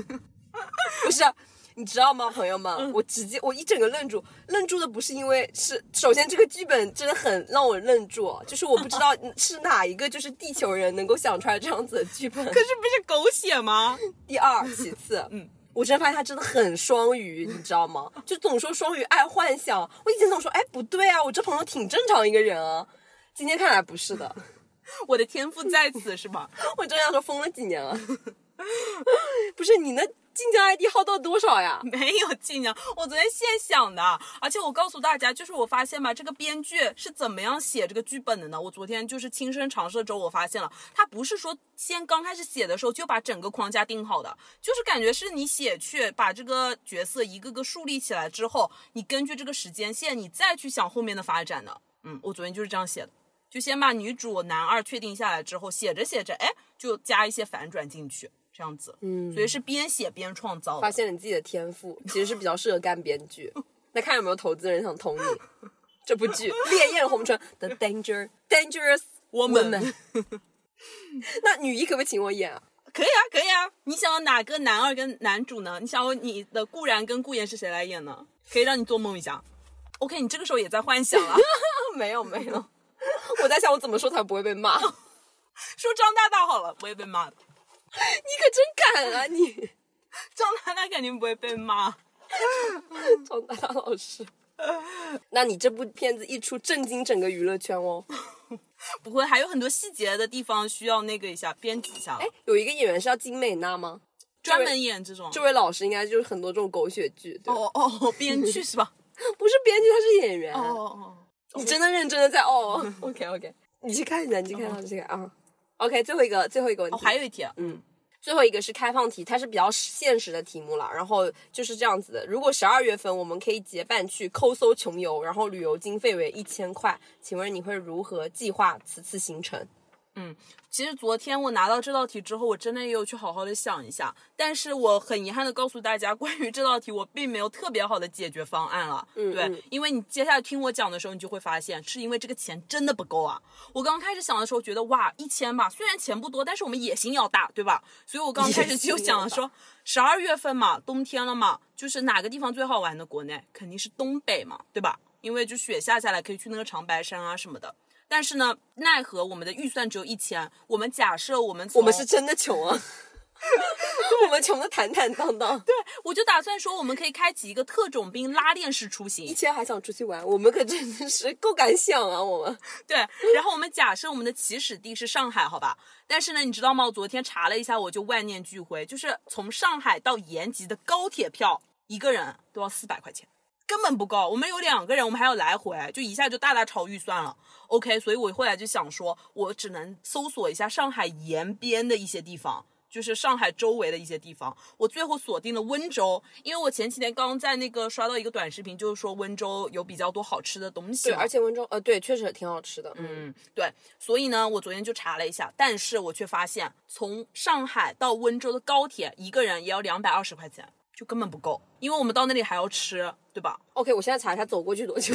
S2: 不是，啊你知道吗，朋友们？
S1: 嗯
S2: 我直接我一整个愣住，愣住的不是因为是，首先这个剧本真的很让我愣住，哦就是我不知道是哪一个就是地球人能够想出来这样子的剧本。
S1: 可是不是狗血吗？
S2: 第二，其次，嗯。我真发现他真的很双鱼，你知道吗？就总说双鱼爱幻想。我以前总说，哎，不对啊，我这朋友挺正常一个人啊。今天看来不是的，
S1: 我的天赋在此是吧？
S2: 我真想说疯了几年了。 不是你那晋江 ID 号到多少呀？
S1: 没有伎俩，我昨天现想的。而且我告诉大家，就是我发现吧，这个编剧是怎么样写这个剧本的呢？我昨天就是亲身尝试了之后，我发现了，他不是说先刚开始写的时候就把整个框架定好的，就是感觉是你写去把这个角色一个个树立起来之后，你根据这个时间线，你再去想后面的发展的。嗯，我昨天就是这样写的，就先把女主男二确定下来之后，写着写着，哎，就加一些反转进去，这样子。嗯，所以是边写边创造的。
S2: 发现了你自己的天赋，其实是比较适合干编剧。那看有没有投资人想投你这部剧《烈焰红唇》The Danger Dangerous
S1: Woman
S2: Woman。那女一可不可以请我演啊？
S1: 可以啊，可以啊。你想要哪个男二跟男主呢？你想要你的顾然跟顾妍是谁来演呢？可以让你做梦一下。OK，你这个时候也在幻想啊 了，
S2: 没有没有，我在想我怎么说才不会被 骂。你
S1: 说张大大好了，不会被骂的。
S2: 可真敢啊你，
S1: 张大大肯定不会被骂。
S2: 张大大老师。那你这部片子一出，震惊整个娱乐圈哦。
S1: 不会，还有很多细节的地方需要那个一下编辑一下，
S2: 哎，有一个演员是叫金美娜吗？
S1: 专门演这种。
S2: 这位老师应该就是很多这种狗血剧，对吧，
S1: 哦哦，哦编剧是吧？
S2: 不是编剧，他是演员。
S1: 哦哦
S2: 你真的认真的在哦 ，OK OK，你去看一下，你去看一下，你去看啊。OK，最后一个，最后一个问
S1: 哦，
S2: 题，
S1: 还有一题，
S2: 最后一个是开放题，它是比较现实的题目了。然后就是这样子的，如果十二月份我们可以结伴去抠搜穷游，然后旅游经费为一千块，请问你会如何计划此次行程？
S1: 其实昨天我拿到这道题之后，我真的也有去好好的想一下，但是我很遗憾的告诉大家， 关于这道题我并没有特别好的解决方案了。嗯对，
S2: 嗯
S1: 因为你接下来听我讲的时候，你就会发现，是因为这个钱真的不够啊。我刚开始想的时候，觉得哇，一千吧，虽然钱不多，但是我们野心要大，对吧？所以我刚开始就想了
S2: 野心要
S1: 说，十二月份嘛，冬天了嘛，就是哪个地方最好玩的？国内肯定是东北嘛，对吧？因为就雪下下来，可以去那个长白山啊什么的。但是呢，奈何我们的预算只有一千。我们假设我们
S2: 我
S1: 我
S2: 们是真的穷 啊，我们穷的坦坦荡荡，对，
S1: 我就打算说，我们可以开启一个特种兵拉链式出
S2: 一
S1: 行。
S2: 千还想出去玩，我们可真的是够敢想啊，我们。
S1: 对，然后我们假设我们的起始地是上海，好吧？但是呢，你知道吗？我昨天查了一下，我就万念俱灰，就是从上海到延吉的高铁票，一个人都要四百块钱。根本不够，我们有两个人，我们还要来回，就一下就大大超预算了。OK，所以我后来就想说，我只能搜索一下上海沿边的一些地方，就是上海周围的一些地方。我最后锁定了温州，因为我前几天刚在那个刷到一个短视频，就是说温州有比较多好吃的东西
S2: 对，
S1: 嘛，
S2: 而且温州呃，对，确实挺好吃的，嗯，
S1: 嗯，对，所以呢，我昨天就查了一下，但是我却发现，从上海到温州的高铁，一个人也要两百二十块钱，就根本不够，因为我们到那里还要吃，对吧？
S2: OK，我现在查一下走过去多久。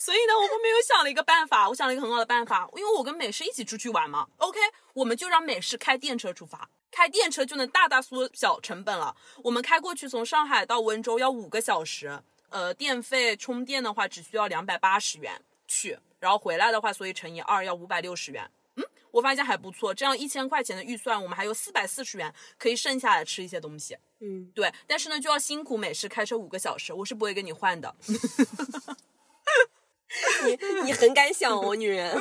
S1: 所以呢，我后面又想了一个办法，我想了一个很好的办法，因为我跟美式一起出去玩嘛，OK，我们就让美式开电车出发，开电车就能大大缩小成本了。我们开过去从上海到温州要五个小时，呃，电费充电的话只需要两百八十元去，然后回来的话，所以乘以二要五百六十元。嗯，我发现还不错，这样一千块钱的预算，我们还有四百四十元可以剩下来吃一些东西。
S2: 嗯，
S1: 对，但是呢，就要辛苦美式开车五个小时，我是不会跟你换的。
S2: 你 你很敢想哦，女人，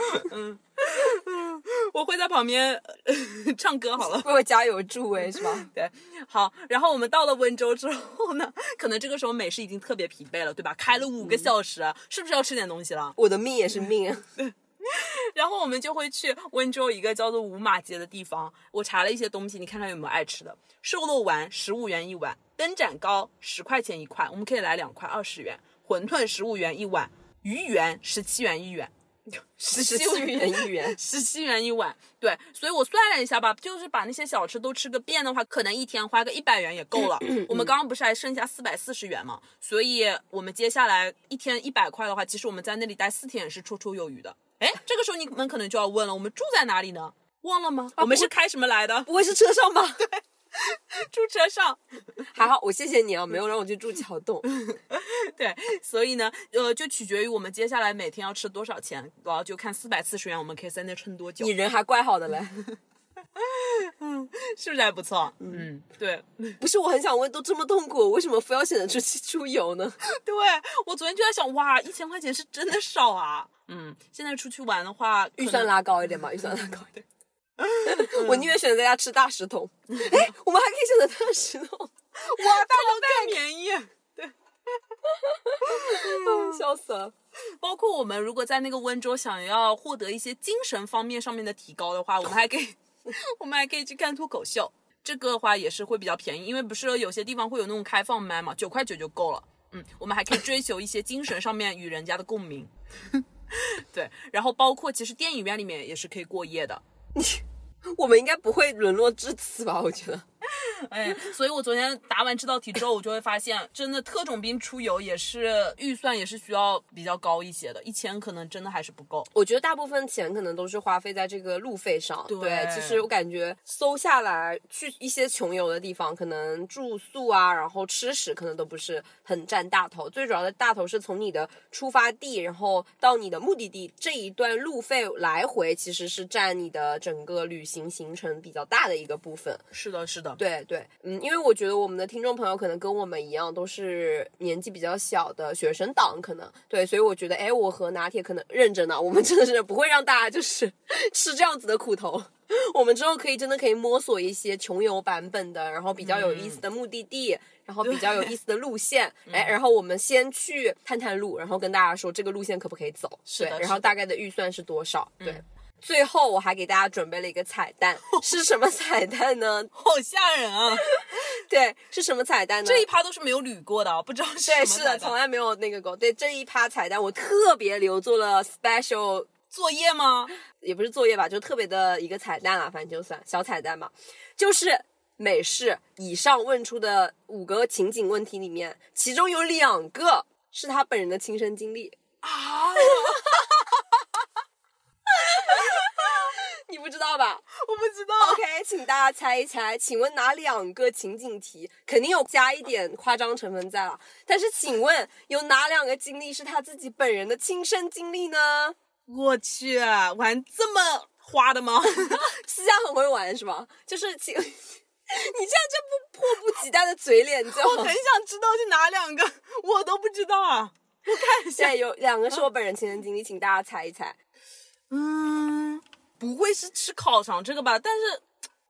S1: 我会在旁边、呃、 唱歌好了。
S2: 为我加油助威是吧？
S1: 对，好，然后我们到了温州之后呢， 可能这个时候美式已经特别疲惫了，对吧？开了五个小时，啊是不是要吃点东西了？
S2: 我的命也是命，啊
S1: 然后我们就会去温州一个叫做五马街的地方。我查了一些东西，你看看有没有爱吃的。瘦肉丸十五元一碗，灯盏糕十块钱一块，我们可以来两块，二十元。馄饨十五元一碗，鱼圆十七元一元， 十
S2: 十七元一元。
S1: 十七元一碗，对，所以我算了一下吧，就是把那些小吃都吃个遍的话，可能一天花个一百元也够了。我们刚刚不是还剩下四百四十元嘛，所以我们接下来一天一百块的话，其实我们在那里待四天也是绰绰有余的。哎，这个时候你们可能就要问了，我们住在哪里呢？忘了吗？我们是开什么来的？
S2: 不会是车上吧？
S1: 住车上。
S2: 还好我谢谢你啊，没有让我去住桥洞。
S1: 对，所以呢，呃，就取决于我们接下来每天要吃多少钱，然后就看四百四十元我们可以在那撑多久
S2: 你。人还怪好的嘞，
S1: 是不是还不错？嗯，对。
S2: 不是我很想问，都这么痛苦，为什么非要选择出去出游呢？
S1: 对我昨天就在想，哇，一千块钱是真的少啊。嗯，现在出去玩的话，
S2: 预算拉高一点嘛，预算拉高一 点。我宁愿选择在家吃大石 头。哎，我们还可以选择大石头，
S1: 可 能哇，大楼更便宜。
S2: 笑死了。
S1: 包括我们如果在那个温州想要获得一些精神方面上面的提高的话，我们还可以， 我们还可以去看脱口秀。这个的话也是会比较便宜，因为不是有些地方会有那种开放麦嘛，九块九就够了。嗯，我们还可以追求一些精神上面与人家的共鸣。 对，然后包括其实电影院里面也是可以过夜的，
S2: 我们应该不会沦落至此吧？我觉得。
S1: 哎， 所以我昨天答完这道题之后，我就会发现，真的特种兵出游也是预算也是需要比较高一些的，一千可能真的还是不够。
S2: 我觉得大部分钱可能都是花费在这个路费上。
S1: 对
S2: 其实我感觉搜下来去一些穷游的地方，可能住宿啊，然后吃食可能都不是很占大头。最主要的大头是从你的出发地，然后到你的目的地这一段路费来回，其实是占你的整个旅行行程比较大的一个部分。
S1: 是的，是的，
S2: 对对，嗯，因为我觉得我们的听众朋友可能跟我们一样，都是年纪比较小的学生党，可能对，所以我觉得，哎，我和拿铁可能认真的，我们真的是不会让大家就是 吃这样子的苦头。 我们之后可以真的可以摸索一些穷游版本的，然后比较有意
S1: 嗯
S2: 思的目的地，然后比较有意思的路线，哎，然后我们先去探探路，然后跟大家说这个路线可不可以走，
S1: 是的
S2: 对，
S1: 是
S2: 然后
S1: 的嗯
S2: 大概的预算是多少，对。最后我还给大家准备了一个彩 蛋，是什么彩蛋呢？
S1: 好吓人啊！
S2: 对，是什么彩蛋呢？
S1: 这一趴都是没有捋过的啊，不知道是什
S2: 对
S1: 么
S2: 是的，
S1: 来
S2: 从来没有那个过。对这一趴彩蛋，我特别留作了 special，
S1: 作业吗？
S2: 也不是作业吧，就特别的一个彩蛋啊啦，反正就算小彩蛋吧。就是美式以上问出的五个情景问题里面，其中有两个是他本人的亲身经历，
S1: 啊，
S2: 你不知 道吧？
S1: 我不知道
S2: OK，请大家猜一猜，请问哪两个情景题肯定有加一点夸张成分在了？但是请问有哪两个经历是他自己本人的亲身经历呢？
S1: 我去，玩这么花 的吗？
S2: 私下很会玩是吧？就是请 你这样就不迫不及待的嘴脸，你知道
S1: 我
S2: 吗
S1: 很？想知道是哪两个，我都不知道啊。
S2: 现在有两个是我本人亲身经历，请大家猜一猜。
S1: 嗯，不会是吃烤肠这个吧？但是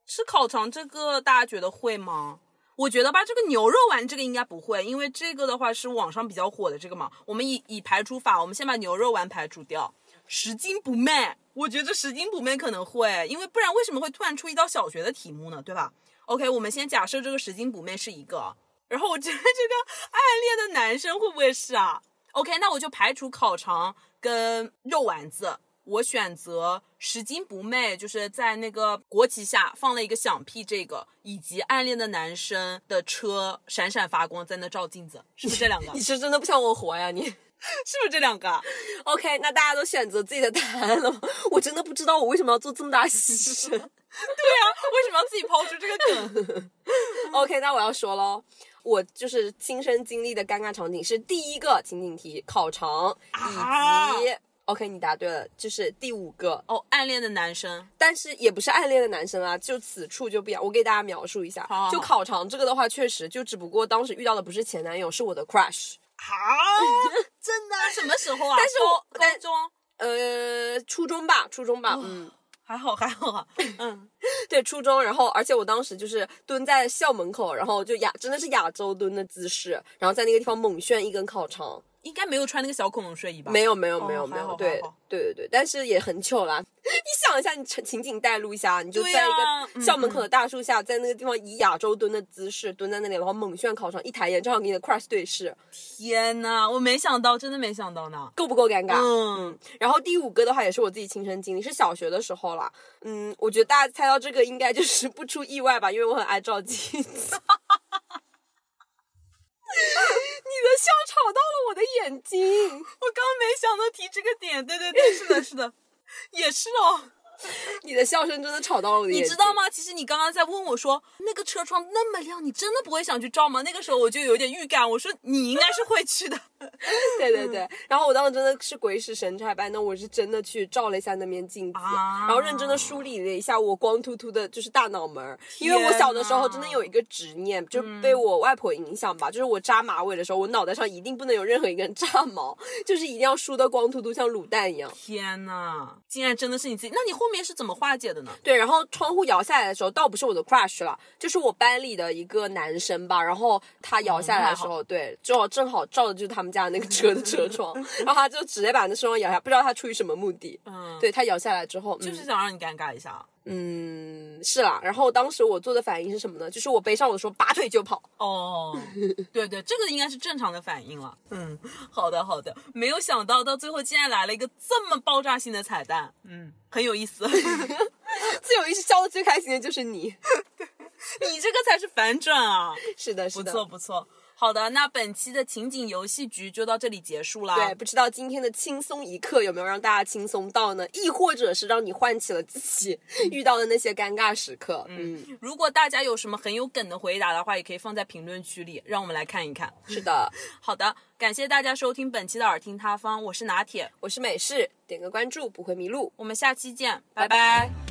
S1: 吃烤肠这个大家觉得会吗？我觉得吧，这个牛肉丸这个应该不会，因为这个的话是网上比较火的这个嘛。我们以以排除法，我们先把牛肉丸排除掉。拾金不昧，我觉得拾金不昧可能会，因为不然为什么会突然出一道小学的题目呢？对吧？OK，我们先假设这个拾金不昧是一个，然后我觉得这个暗恋的男生会不会是啊？OK，那我就排除烤肠跟肉丸子，我选择拾金不昧，就是在那个国旗下放了一个响屁，这个以及暗恋的男生的车闪闪发光，在那照镜子，是不是这两个？
S2: 你是真的不想我活呀你？
S1: 是不是这两个？
S2: OK，那大家都选择自己的答案了吗？ 我真的不知道我为什么要做这么大牺牲。
S1: 为什么要自己抛出这个梗？
S2: OK，那我要说喽，我就是亲身经历的尴尬场景是第一个情景题考场，
S1: 啊
S2: 以及、OK，你答对了，就是第五个，
S1: 哦，暗恋的男 生，
S2: 但是也不是暗恋的男生啊，就此处就不一样。我给大家描述一下，
S1: 好好好
S2: 就考场这个的话，确实就只不过当时遇到的不是前男友，是我的 crush。
S1: 啊，真的啊？ 什么时候啊？
S2: 但是我
S1: 高高
S2: 但
S1: 中哦
S2: 呃，初中吧，初中吧，嗯，
S1: 还好还好啊，嗯，
S2: 对，初中，然后而且我当时就是蹲在校门口，然后就亚真的是亚洲蹲的姿势，然后在那个地方猛炫一根烤肠，
S1: 应该没有穿那个小恐龙睡衣吧？
S2: 没有没有
S1: 哦
S2: 没有
S1: 还
S2: 没有，
S1: 好还
S2: 对
S1: 好
S2: 对对对，但是也很糗啦。 你想一下，你情情景带入一下，你就
S1: 对
S2: 在
S1: 呀
S2: 一
S1: 嗯
S2: 个校门口的大树下，在那个地方以亚洲蹲的姿势蹲在那里，然后猛炫烤肠，一抬眼正好跟你的 crush 对视，
S1: 天呐，我没想到，真的没想到呢。
S2: 够不够尴尬？
S1: 嗯，
S2: 然后第五个的话也是我自己亲身经历，是小学的时候啦。嗯，我觉得大家猜到这个应该就是不出意外吧，因为我很爱照镜子。你的 笑吵到了我的眼睛。
S1: 我刚没想到提这个点，对对 对，是的，是的，也是哦。
S2: 你的笑声真的吵到了我的眼
S1: 你
S2: 睛。
S1: 知道？吗？其实你刚刚在问我说，那个车窗那么亮，你真的不会想去照吗？那个时候我就有点预感，我说你应该是会去的。
S2: 对对对。然后我当时真的是鬼使神差般的，我是真的去照了一下那面镜子，
S1: 啊
S2: 然后认真的梳理了一下我光秃秃的，就是大脑门儿。因为我小的时候真的有一个执念，就被我外婆影响吧，就是我扎马尾的时候，我脑袋上一定不能有任何一根炸毛，就是一定要梳得光秃秃，像卤蛋一样。
S1: 天呐，竟然真的是你自己，那你后面是怎么化解的呢？
S2: 对，然后窗户摇下来的时候，倒不是我的 crush 了，就是我班里的一个男生吧。然后他
S1: 哦
S2: 摇下来的时候，对，正好正好照的就是他们家那个 车的车窗，然后他就直接把那车窗摇下，不知道他出于什么目的。
S1: 嗯，
S2: 对他摇下来之后，
S1: 就是
S2: 嗯
S1: 想让你尴尬一下。啊
S2: 嗯是啦。然后当时我做的反应是什么呢？就是我背上我的时候拔腿就跑。
S1: 哦，对对，这个应该是正常的反应 了。嗯，好的好的，没有想到到最后竟然来了一个这么爆炸性的彩蛋，嗯，很有意 思。
S2: 最有意思、笑的最开心的就是你。
S1: 你这个才是反转啊！
S2: 是的，是
S1: 不
S2: 的。
S1: 错不错，好的，那本期的情景游戏局就到这里结束啦。
S2: 对，，不知道今天的轻松一刻有没有让大家轻松到呢？亦或者是让你唤起了自己 遇到的那些尴尬时刻？嗯
S1: 如果大家有什么很有梗的回答的话，也可以放在评论区里，让我们来看一看。
S2: 是的，
S1: 好的，感谢大家收听本期的耳听他方，我是拿铁，
S2: 我是美式，点个关注不会迷路。
S1: 我们下期见，
S2: 拜
S1: 拜拜